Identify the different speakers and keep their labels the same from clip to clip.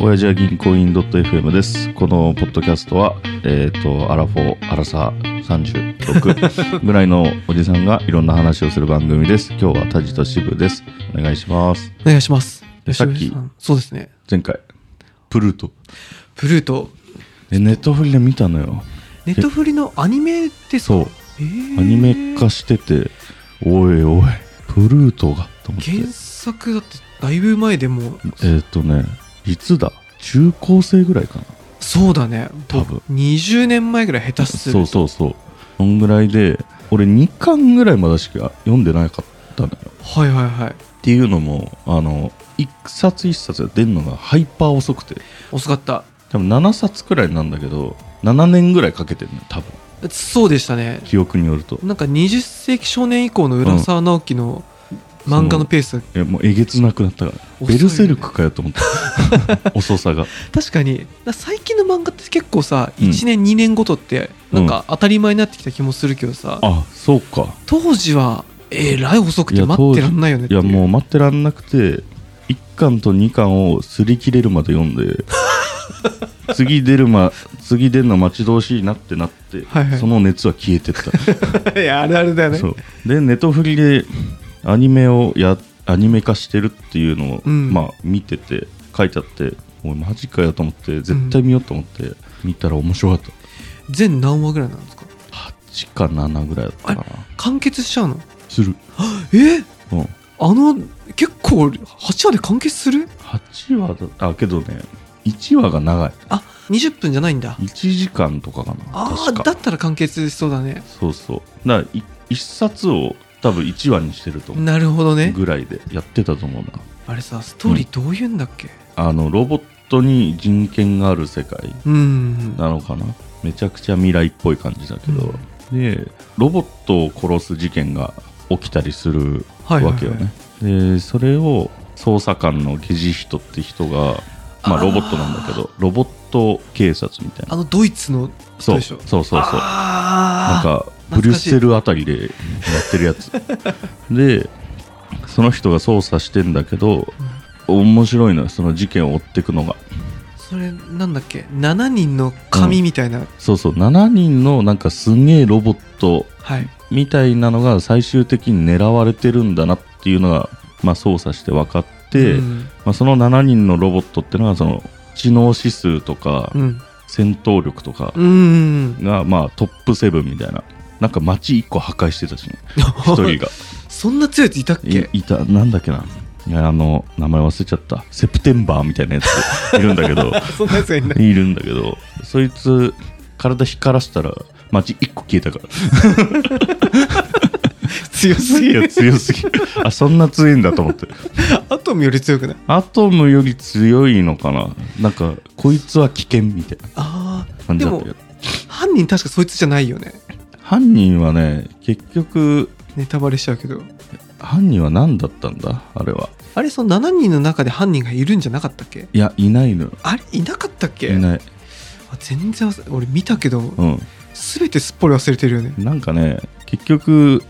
Speaker 1: 親父は銀行員 .fm です。このポッドキャストは、えっ、と、アラフォー、アラサー36 ぐらいのおじさんがいろんな話をする番組です。今日はタジとシブです。お願いします。
Speaker 2: お願いします。
Speaker 1: でさっき
Speaker 2: 吉村さんそうですね。
Speaker 1: 前回、プルート。
Speaker 2: プルート。
Speaker 1: え、ネットフリで見たのよ。
Speaker 2: ネットフリのアニメですか
Speaker 1: そう。
Speaker 2: えー
Speaker 1: アニメ化してて、おいおい、プルートが、と思って。
Speaker 2: 原作だってだいぶ前でもう、
Speaker 1: えっ、とね、いつだ中高生ぐらいかな。
Speaker 2: そうだね。
Speaker 1: 多分
Speaker 2: 20年前ぐらい下手する。
Speaker 1: そうそうそうそんぐらいで俺2巻ぐらいまでしか読んでなかったのよっ
Speaker 2: はいはいはい。
Speaker 1: ていうのもあの1冊1冊が出るのがハイパー遅くて
Speaker 2: 遅かった。
Speaker 1: 多分7冊くらいなんだけど7年ぐらいかけてるのよ多分
Speaker 2: そうでしたね。
Speaker 1: 記憶によると
Speaker 2: なんか20世紀少年以降の浦沢直樹の
Speaker 1: うん
Speaker 2: 漫画のペースが、
Speaker 1: えもうえげつなくなったから、
Speaker 2: 遅いよね
Speaker 1: ベルセルクかよと思った 遅さが
Speaker 2: 確かにな最近の漫画って結構さ、
Speaker 1: うん
Speaker 2: 1年2年ごとってなんか当たり前になってきた気もするけどさ、
Speaker 1: あそうか
Speaker 2: 当時はえらい遅く
Speaker 1: い
Speaker 2: て
Speaker 1: や
Speaker 2: 待ってらんないよねっ
Speaker 1: い
Speaker 2: ていう
Speaker 1: やもう待ってらんなくて1巻と2巻を擦り切れるまで読ん で次出るま次出るの待ち遠しいなってなって、
Speaker 2: はいはい
Speaker 1: その熱は消えてった
Speaker 2: いやあるあるだよね
Speaker 1: そうでネトフリでアニメをやアニメ化してるっていうのを、
Speaker 2: うん
Speaker 1: まあ見てて書いてあっておいマジかよと思って絶対見ようと思って、見たら面白かった
Speaker 2: 全何話ぐらいなんですか
Speaker 1: 8か7ぐらいだったかな
Speaker 2: 完結しちゃうの
Speaker 1: する、
Speaker 2: え
Speaker 1: うん、
Speaker 2: あの結構8話で完結する
Speaker 1: 8話だあけどね1話が長い
Speaker 2: あ20分じゃないんだ
Speaker 1: 1時間とかかな
Speaker 2: ああ
Speaker 1: 確
Speaker 2: だ
Speaker 1: か
Speaker 2: ったら完結しそうだね
Speaker 1: そうそうだからい一冊を多分1話にしてると思う
Speaker 2: なるほどね
Speaker 1: ぐらいでやってたと思うな
Speaker 2: あれさストーリーどういうんだっけ
Speaker 1: あのロボットに人権がある世界
Speaker 2: うん、
Speaker 1: なのかなめちゃくちゃ未来っぽい感じだけど、でロボットを殺す事件が起きたりする
Speaker 2: はいは
Speaker 1: わ
Speaker 2: いはい
Speaker 1: けよね、でそれを捜査官のゲジヒトって人がまあ
Speaker 2: あー
Speaker 1: ロボットなんだけどロボット警察みたい
Speaker 2: あ
Speaker 1: な
Speaker 2: のドイツの人
Speaker 1: そう
Speaker 2: でし
Speaker 1: そ
Speaker 2: ょ
Speaker 1: うそうそうなん
Speaker 2: ああ
Speaker 1: かブリュッセルあたりでやってるやつでその人が操作してんだけど面白いのよその事件を追っていくのが
Speaker 2: それなんだっけ7人の神みたいな、
Speaker 1: そうそう7人のなんかすげえロボット
Speaker 2: はい
Speaker 1: みたいなのが最終的に狙われてるんだなっていうのが、まあ、操作して分かって、
Speaker 2: うん
Speaker 1: まあ、その7人のロボットってのはその知能指数とか
Speaker 2: うん
Speaker 1: 戦闘力とか
Speaker 2: うん
Speaker 1: が、まあ、トップ7みたいななんか街1個破壊してたし、ね、1人 が
Speaker 2: そんな強いやついたっけ
Speaker 1: いいたなんだっけないやあの名前忘れちゃったセプテンバーみたいなやついるんだけ ど
Speaker 2: そんなやつがいない
Speaker 1: いるんだけどそいつ体光らしたら街一個消えた から
Speaker 2: 強すぎ
Speaker 1: いや
Speaker 2: る
Speaker 1: 強すぎるあそんな強いんだと思って
Speaker 2: アトムより強くない
Speaker 1: アトムより強いのかななんかこいつは危険みたいな
Speaker 2: ああ
Speaker 1: 感じ
Speaker 2: で
Speaker 1: だった
Speaker 2: も
Speaker 1: けど
Speaker 2: 犯人確かそいつじゃないよね
Speaker 1: 犯人はね結局
Speaker 2: ネタバレしちゃうけど
Speaker 1: 犯人は何だったんだあれは
Speaker 2: あれその7人の中で犯人がいるんじゃなかったっけ
Speaker 1: いやいないのよ
Speaker 2: あれいなかったっけ
Speaker 1: いない
Speaker 2: あ全然忘れ俺見たけど、
Speaker 1: うん
Speaker 2: 全てすっぽり忘れてるよね
Speaker 1: なんかね結局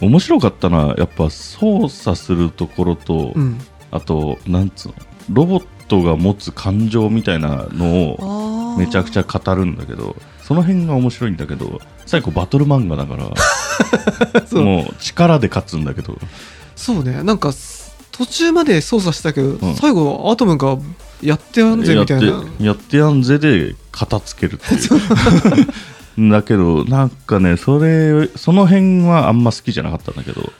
Speaker 1: 面白かったのはやっぱ操作するところと、
Speaker 2: うん
Speaker 1: あとなんつうのロボットが持つ感情みたいなのを
Speaker 2: あ
Speaker 1: めちゃくちゃ
Speaker 2: ゃ
Speaker 1: 語るんだけどその辺が面白いんだけど最後バトル漫画だから
Speaker 2: そう
Speaker 1: もう力で勝つんだけど
Speaker 2: そうねなんかす途中まで操作したけど、
Speaker 1: ん
Speaker 2: 最後アトムがやってやんぜ
Speaker 1: や
Speaker 2: み
Speaker 1: った
Speaker 2: い
Speaker 1: て
Speaker 2: な
Speaker 1: やってやんぜで片付けるっていう だけどなんかねそれその辺はあんま好きじゃなかったんだけど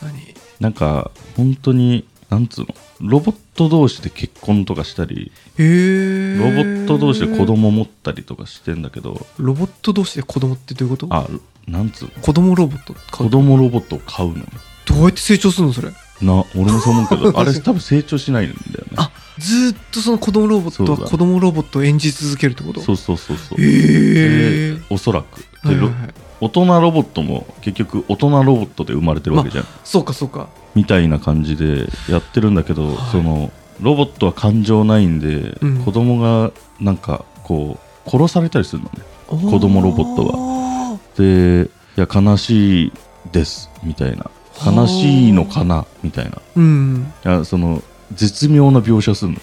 Speaker 2: 確かに
Speaker 1: なんか本当になんつうのロボット同士で結婚とかしたり
Speaker 2: へえ
Speaker 1: ロボット同士で子供持ったりとかしてんだけど
Speaker 2: ロボット同士で子供ってどういうこと
Speaker 1: あなんつうの
Speaker 2: 子供ロボット
Speaker 1: 子供ロボットを買うのよ
Speaker 2: どうやって成長するのそれ
Speaker 1: な俺もそう思うけ どあ
Speaker 2: 確か
Speaker 1: れ
Speaker 2: に
Speaker 1: 多分成長しないんだよね
Speaker 2: あずーっとその子供ロボッ
Speaker 1: そ
Speaker 2: ト
Speaker 1: うだ
Speaker 2: は子供ロボットを演じ続けるってこと
Speaker 1: そうそうそうそう
Speaker 2: へえ
Speaker 1: でおそらく
Speaker 2: はい
Speaker 1: で
Speaker 2: はい
Speaker 1: ロ
Speaker 2: はい
Speaker 1: 大人ロボットも結局大人ロボットで生まれてるわけじゃん
Speaker 2: そうかそうか
Speaker 1: みたいな感じでやってるんだけど、
Speaker 2: はい
Speaker 1: そのロボットは感情ないんで、
Speaker 2: うん
Speaker 1: 子供がなんかこう殺されたりするのね子供ロボット
Speaker 2: は
Speaker 1: で「いや悲しいです」みたいな「
Speaker 2: はあ
Speaker 1: 悲しいのかな」みたいな
Speaker 2: うん
Speaker 1: いやその絶妙な描写するのね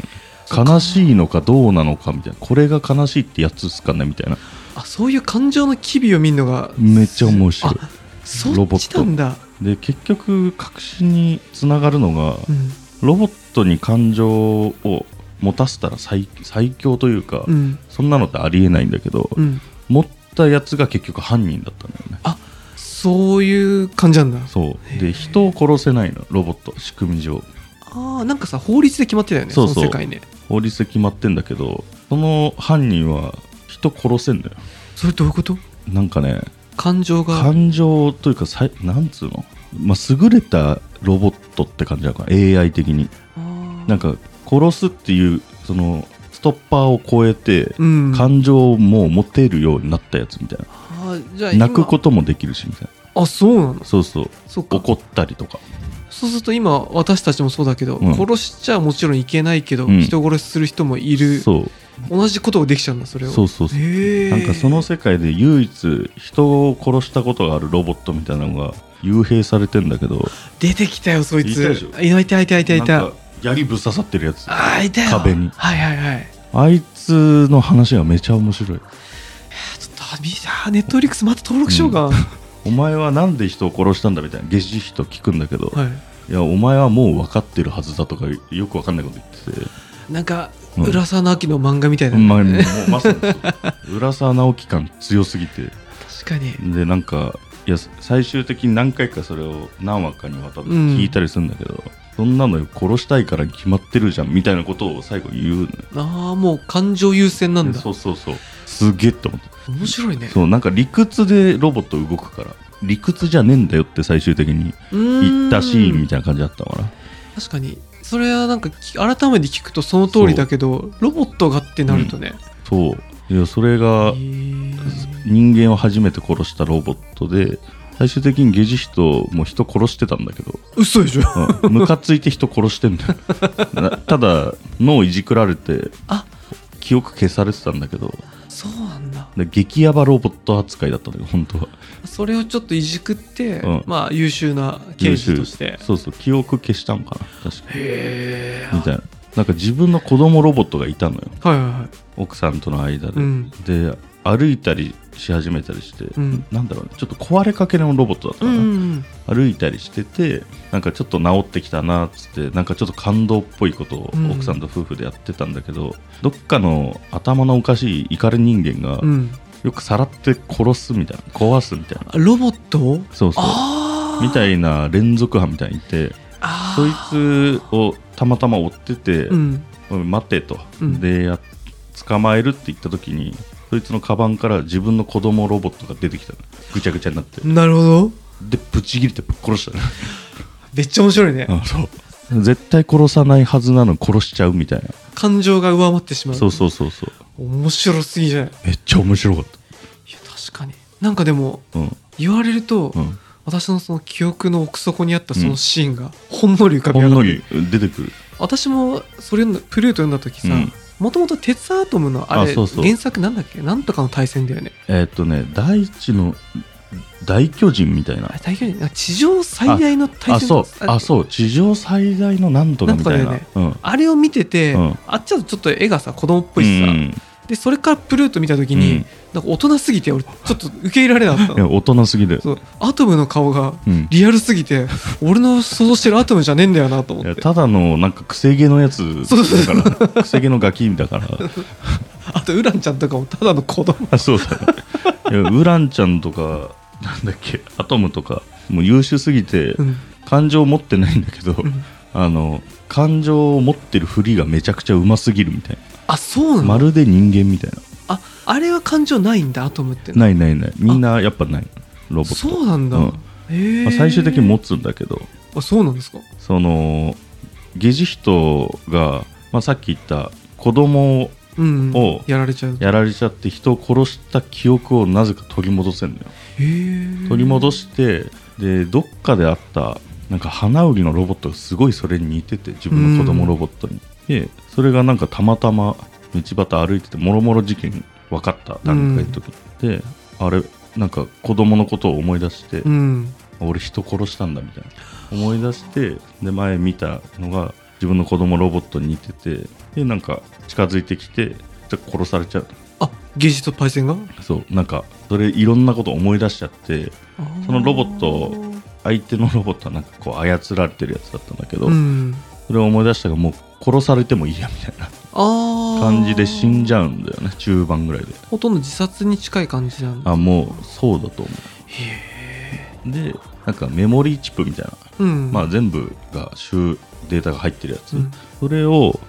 Speaker 1: 悲しいのかどうなのかみたいなこれが悲しいってやつっすかねみたいな
Speaker 2: あそういう感情の機微を見るのが
Speaker 1: めっちゃ面白い
Speaker 2: あそっちなんだ、
Speaker 1: で結局確信につながるのが
Speaker 2: うん
Speaker 1: ロボットに感情を持たせたら最最強というか、
Speaker 2: うん
Speaker 1: そんなのってありえないんだけど、
Speaker 2: うん、
Speaker 1: 持ったやつが結局犯人だったんだよね
Speaker 2: そういう感じなんだ
Speaker 1: そう
Speaker 2: へ
Speaker 1: で
Speaker 2: え
Speaker 1: 人を殺せないのロボット仕組み上
Speaker 2: ああなんかさ法律で決まってたよね
Speaker 1: そう
Speaker 2: そ
Speaker 1: そう
Speaker 2: の世界ね
Speaker 1: 法律で決まってんだけどその犯人は人殺せんだよ
Speaker 2: それどういうこと
Speaker 1: なんかね
Speaker 2: 感情が
Speaker 1: 感情というかさいなんつうの、まあ、優れたロボットって感じだから AI 的になん
Speaker 2: か、
Speaker 1: か殺すっていうそのストッパーを超えて
Speaker 2: うん、
Speaker 1: 感情をもう持てるようになったやつみたい
Speaker 2: あーじゃあ
Speaker 1: な
Speaker 2: 今
Speaker 1: 泣くこともできるしみたい
Speaker 2: あそうなの
Speaker 1: なそうそう
Speaker 2: そうか
Speaker 1: 怒ったりとか
Speaker 2: そうすると今私たちもそうだけど、
Speaker 1: うん
Speaker 2: 殺しちゃもちろんいけないけど、
Speaker 1: うん
Speaker 2: 人殺しする人もいる
Speaker 1: そう
Speaker 2: 同じことができちゃうんだそれを
Speaker 1: そううそうそう
Speaker 2: へえ
Speaker 1: なんかその世界で唯一人を殺したことがあるロボットみたいなのが幽閉されてんだけど
Speaker 2: 出てきたよそい
Speaker 1: いたでし
Speaker 2: つ
Speaker 1: ょ
Speaker 2: あいたいたいたいたい
Speaker 1: なん
Speaker 2: た
Speaker 1: か槍ぶっ刺さってるやつ
Speaker 2: あーいたよ
Speaker 1: 壁に
Speaker 2: はいはいはい
Speaker 1: あいつの話がめちゃ面白い
Speaker 2: ちょっとあみあネットフリックスまた登録しようかな、
Speaker 1: お前はなんで人を殺したんだみたいな下地人聞くんだけど、
Speaker 2: はい
Speaker 1: いやお前はもう分かってるはずだとかよく分かんないこと言ってて、
Speaker 2: なんか、
Speaker 1: うん
Speaker 2: 浦沢直樹の漫画みたいな、
Speaker 1: まあ、もうまさにそう浦沢直樹感強すぎて
Speaker 2: 確かに
Speaker 1: でなんかいや最終的に何回かそれを何話かにわたって聞いたりするんだけど、そんなの殺したいからに決まってるじゃんみたいなことを最後言うのよ
Speaker 2: ああもう感情優先なんだ
Speaker 1: そうそうそうすげえって思って
Speaker 2: 面白いね
Speaker 1: そうなんか理屈でロボット動くから理屈じゃねえんだよって最終的に言
Speaker 2: 言
Speaker 1: ったシーンみた
Speaker 2: たい
Speaker 1: いな感じだったから
Speaker 2: な確かにそれはなんかき改めて聞くとその通りだけどロボットがってなるとね、
Speaker 1: そういやそれが
Speaker 2: へー
Speaker 1: 人間を初めて殺したロボットで最終的にゲジ人も人殺してたんだけど、
Speaker 2: 嘘でしょ
Speaker 1: うんムカついて人殺してんだよなただ脳いじくられて
Speaker 2: あ
Speaker 1: 記憶消されてたんだけど
Speaker 2: そうなんだ
Speaker 1: で激ヤバロボット扱いだったんだよ本当は
Speaker 2: それをちょっといじくって、
Speaker 1: うん
Speaker 2: まあ優秀な刑事として
Speaker 1: そうそう記憶消したんかな確か
Speaker 2: へえ
Speaker 1: みたいななんか自分の子供ロボットがいたのよ
Speaker 2: はいはいはい
Speaker 1: 奥さんとの間で、
Speaker 2: うん
Speaker 1: で歩いたりし始めたりして、
Speaker 2: うん
Speaker 1: なんだろうねちょっと壊れかけのロボットだった
Speaker 2: う
Speaker 1: の
Speaker 2: ん
Speaker 1: ね、
Speaker 2: うん
Speaker 1: 歩いたりしててなんかちょっと治ってきたなっつってなんかちょっと感動っぽいことを
Speaker 2: うん
Speaker 1: 奥さんと夫婦でやってたんだけど、どっかの頭のおかしいイカれ人間が
Speaker 2: うん
Speaker 1: よくさらって殺すみたいな壊すみたいな
Speaker 2: あロボットを
Speaker 1: そうそう
Speaker 2: ああ
Speaker 1: みた
Speaker 2: い
Speaker 1: いな連続犯みたいにいて
Speaker 2: あ
Speaker 1: そい
Speaker 2: ー
Speaker 1: つをたまたま追ってて
Speaker 2: う、ん
Speaker 1: おい待てと、
Speaker 2: うん
Speaker 1: でや捕まえるって言った時にそいつのカバンから自分の子供ロボットが出てきたのぐちゃぐちゃになって
Speaker 2: なるほど
Speaker 1: でぶち切れてぶっ殺したの
Speaker 2: めっちゃ面白いね
Speaker 1: あそう絶対殺さないはずなのに殺しちゃうみたいな
Speaker 2: 感情が上回ってしまう
Speaker 1: そうそうそうそう
Speaker 2: 面白すぎじゃないい
Speaker 1: めっちゃ面白かっ
Speaker 2: や確かになんかでも
Speaker 1: たうん
Speaker 2: 言われると、
Speaker 1: うん
Speaker 2: 私のその記憶の奥底にあったそのシーンがほんのり浮かび
Speaker 1: ほ
Speaker 2: 上
Speaker 1: んの
Speaker 2: がって
Speaker 1: り出てくる
Speaker 2: 私もそれ読んだプルート読んだ時さ
Speaker 1: うん
Speaker 2: もともと鉄アートムのあれ
Speaker 1: あそうそう
Speaker 2: 原作なんだっけなんとかの対戦だよね
Speaker 1: えーっとね大地の大巨人みたいな
Speaker 2: あれ大巨人あ地上最大の対戦
Speaker 1: あそうあ
Speaker 2: う
Speaker 1: そう地上最大のなんとかみたいな
Speaker 2: なんと
Speaker 1: うん
Speaker 2: あれを見てて、
Speaker 1: うん
Speaker 2: あっちだとちょっと絵がさ子供っぽいし
Speaker 1: う
Speaker 2: さ、
Speaker 1: ん
Speaker 2: でそれからプルート見た時に、
Speaker 1: うん
Speaker 2: なんか大人すぎて俺ちょっと受け入れられなかった
Speaker 1: いや
Speaker 2: の
Speaker 1: 大人すぎる
Speaker 2: そうアトムの顔が
Speaker 1: うん
Speaker 2: リアルすぎて、俺の想像してるアトムじゃねえんだよなと思
Speaker 1: い
Speaker 2: っ
Speaker 1: や
Speaker 2: て
Speaker 1: ただのなんか癖毛のやつ
Speaker 2: そうそうそ
Speaker 1: だから癖毛のガキだから
Speaker 2: あとウランちゃんとかもただの子供
Speaker 1: あそうだねいやウランちゃんとかなんだっけアトムとかもう優秀すぎて、
Speaker 2: うん
Speaker 1: 感情を持ってないんだけど、
Speaker 2: ん
Speaker 1: あの感情を持ってるふりがめちゃくちゃうますぎるみたい
Speaker 2: あそう
Speaker 1: な、
Speaker 2: なの、
Speaker 1: まるで人間みたい
Speaker 2: ああれは感情ないんだアトムって
Speaker 1: なないないないみんなやっぱないロボット
Speaker 2: そうなんだ、
Speaker 1: うん
Speaker 2: へえ
Speaker 1: まあ最終的に持つんだけど
Speaker 2: あそうなんですか
Speaker 1: そのゲジ人が、まあ、さっき言った子供を
Speaker 2: うん
Speaker 1: おう
Speaker 2: やられちゃうへ
Speaker 1: やられちゃって人を殺した記憶をなぜか取り戻せんのよ
Speaker 2: え
Speaker 1: 取り戻してでどっかであったなんか花売りのロボットがすごいそれに似てて自分の子供ロボットに、でそれがなんかたまたま道端歩いててもろもろ事件分かった段階の時に、であれなんか子供のことを思い出して、
Speaker 2: うん
Speaker 1: 俺人殺したんだみたいな思い出してで前見たのが自分の子供ロボットに似ててでなんか近づいてきてじゃあ殺されちゃう
Speaker 2: あゲージとパイセンが
Speaker 1: そうなんかそれいろんなこと思い出しちゃってそのロボット相手のロボットはなんかこう操られてるやつだったんだけど、
Speaker 2: うん
Speaker 1: それを思い出したがもう殺されてもいいやみたいな
Speaker 2: ああ
Speaker 1: 感じで死んじ
Speaker 2: ゃ
Speaker 1: ゃうんだよね中盤ぐらいで
Speaker 2: ほとんど自殺に近い感じなんだ
Speaker 1: あもうそうだと思
Speaker 2: へ
Speaker 1: うでなんかメモリーチップみたいな、
Speaker 2: えうん
Speaker 1: まあ、
Speaker 2: あ
Speaker 1: 全部が集データが入ってるやつ、
Speaker 2: うん
Speaker 1: それを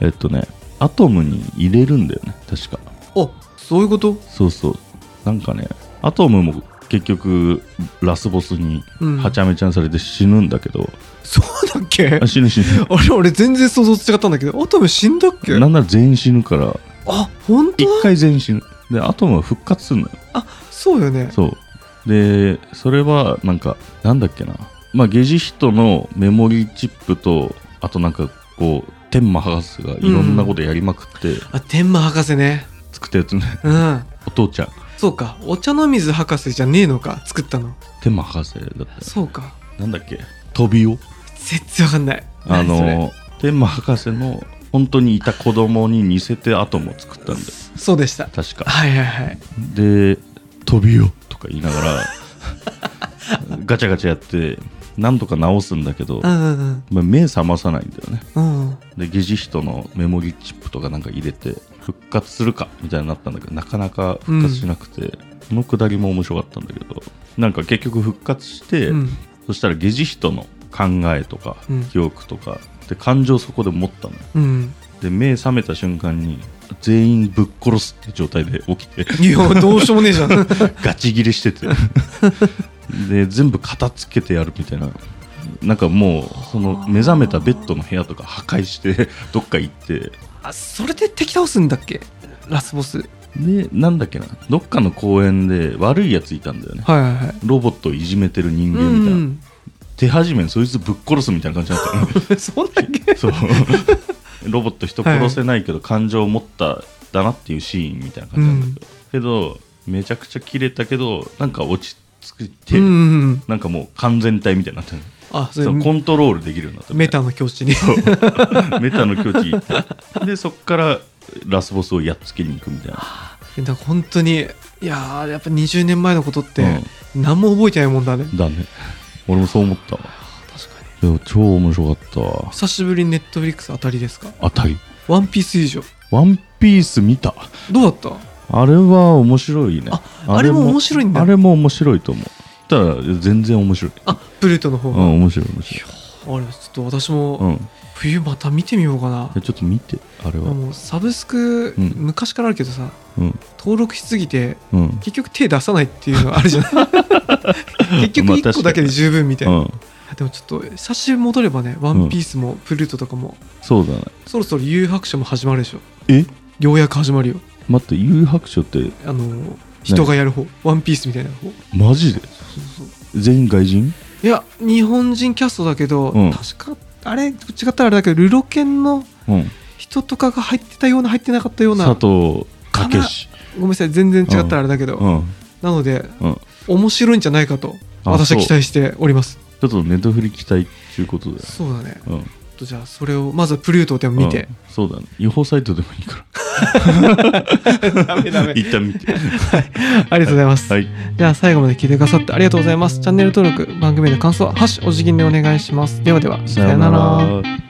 Speaker 1: えっとねアトムに入れるんだよね確か
Speaker 2: おそういうこと
Speaker 1: そうそうなんかねアトムも結局ラスボスに
Speaker 2: うん
Speaker 1: はちゃめちゃにされて死ぬんだけど、
Speaker 2: そうだっけ
Speaker 1: あ死ぬ死ぬ
Speaker 2: あれ俺全然想像と違ったんだけどアトム死んだっけ
Speaker 1: なんなら全員死ぬから
Speaker 2: あ本当
Speaker 1: 一回全員死ぬでアトムは復活するのよ
Speaker 2: そうよね
Speaker 1: そうでそれはなんかなんだっけなまあゲジヒトのメモリーチップとあとなんかこう天魔博士がいろんなことやりまくって
Speaker 2: あ天満博士ね
Speaker 1: 作ったやつね、
Speaker 2: うん
Speaker 1: お父ちゃん
Speaker 2: そうかお茶の水博士じゃねえのか作ったの
Speaker 1: 天魔博士だったよ
Speaker 2: そうか
Speaker 1: なんだっけトビオ
Speaker 2: 全然わかんない
Speaker 1: あ
Speaker 2: 何それ
Speaker 1: の天魔博士の本当にいた子供に似せてアトムを作ったんだよ
Speaker 2: そうでした
Speaker 1: 確か
Speaker 2: はいはいはい
Speaker 1: で「飛びよ」とか言いなが らガチャガチャやってなんとか直すんだけど
Speaker 2: う、んうん
Speaker 1: まあ目覚まさないんだよね
Speaker 2: うんうん
Speaker 1: でゲジヒトのメモリチップとかなんか入れて復活するかみたいになったんだけどなかなか復活しなくて、このくだりも面白かったんだけどなんか結局復活して、
Speaker 2: うん
Speaker 1: そしたらゲジヒトの考えとか
Speaker 2: うん
Speaker 1: 記憶とか、で感情そこで持ったのよ
Speaker 2: うん
Speaker 1: で目覚めた瞬間に全員ぶっ殺すって状態で起きて
Speaker 2: いやどうしようもねえじゃん
Speaker 1: ガチギレしててで全部片付けてやるみたいななんかもうその目覚めたベッドの部屋とか破壊して どっか行って
Speaker 2: あそれで敵倒すんだっけラスボス
Speaker 1: でなんだっけなどっかの公園で悪いやついたんだよね
Speaker 2: はいはいはい
Speaker 1: ロボットをいじめてる人
Speaker 2: う
Speaker 1: 間みたいな、
Speaker 2: ん
Speaker 1: 手始めにそいつぶっ殺すみたいな感じだ ったの
Speaker 2: うんそんだけ
Speaker 1: そうロボット人殺せないけど感情を持っただなっていうシーンみたいな感じなんだけど、けどめちゃくちゃ切れたけどなんか落ち着いて、
Speaker 2: うんうんうん
Speaker 1: なんかもう完全体みたいになってる
Speaker 2: あそ
Speaker 1: そ
Speaker 2: れ
Speaker 1: うコントロールできるようになった
Speaker 2: メタの境地に
Speaker 1: そう メタの境地行ってでそっからラスボスをやっつけに行くみたいな
Speaker 2: なんか本当にいやーやっぱ20年前のことって
Speaker 1: うん
Speaker 2: 何も覚えてないもんだね、
Speaker 1: だね俺もそう思ったわ
Speaker 2: 確かに
Speaker 1: いや超面白かったわ
Speaker 2: 久しぶりにネットフリックス当たりですか
Speaker 1: あたり
Speaker 2: ワンピース以上
Speaker 1: ワンピース見た
Speaker 2: どうだった
Speaker 1: あれは面白いね
Speaker 2: ああれも面白いんだ
Speaker 1: あれも面白いと思うただ全然面白い
Speaker 2: あプルートの
Speaker 1: う
Speaker 2: 方
Speaker 1: ん
Speaker 2: が、あ
Speaker 1: 面白い面白い
Speaker 2: れちょっと私
Speaker 1: う
Speaker 2: も
Speaker 1: んい
Speaker 2: 冬また見てみようかな
Speaker 1: や、ちょっと見てあれは
Speaker 2: もうサブスク、
Speaker 1: うん
Speaker 2: 昔からあるけどさ
Speaker 1: うん
Speaker 2: 登録しすぎて
Speaker 1: うん
Speaker 2: 結局手出さないっていうのはある じゃない結局
Speaker 1: まあ
Speaker 2: 1個だけで十分みたいうな、
Speaker 1: ん
Speaker 2: でもちょっと久しぶりに戻ればね「ワンピースもプルートとかも、
Speaker 1: そうだね
Speaker 2: そろそろ遊白書も始まるでしょ
Speaker 1: え
Speaker 2: ようやく始まるよ
Speaker 1: 待って幽白書って
Speaker 2: あのー人がやる方ワンピースみたいな方
Speaker 1: マジで全員外人
Speaker 2: いや日本人キャストだけど、
Speaker 1: うん
Speaker 2: 確かあれ違ったらあれだけどルロケンの
Speaker 1: うん
Speaker 2: 人とかが入ってたような入ってなかったような
Speaker 1: 佐藤健
Speaker 2: ごめんなさい全然違ったらあれだけど、
Speaker 1: うん
Speaker 2: なので
Speaker 1: うん
Speaker 2: 面白いんじゃないかと
Speaker 1: あ
Speaker 2: 私は期
Speaker 1: そう
Speaker 2: 待しております
Speaker 1: ちょっとネットフリ期待っていうことだよ
Speaker 2: そうだね
Speaker 1: うん
Speaker 2: ちょっとじゃあそれをまずはプルートでも見て
Speaker 1: う、んそうだね違法サイトでもいいから
Speaker 2: ダメ ダメあり
Speaker 1: 一旦見て
Speaker 2: がとうございます、
Speaker 1: はい
Speaker 2: じゃあ最後まで聞いてくださってありがとうございますチャンネル登録番組への感想は「ハッシュお辞儀」でお願いしますではでは
Speaker 1: さよなら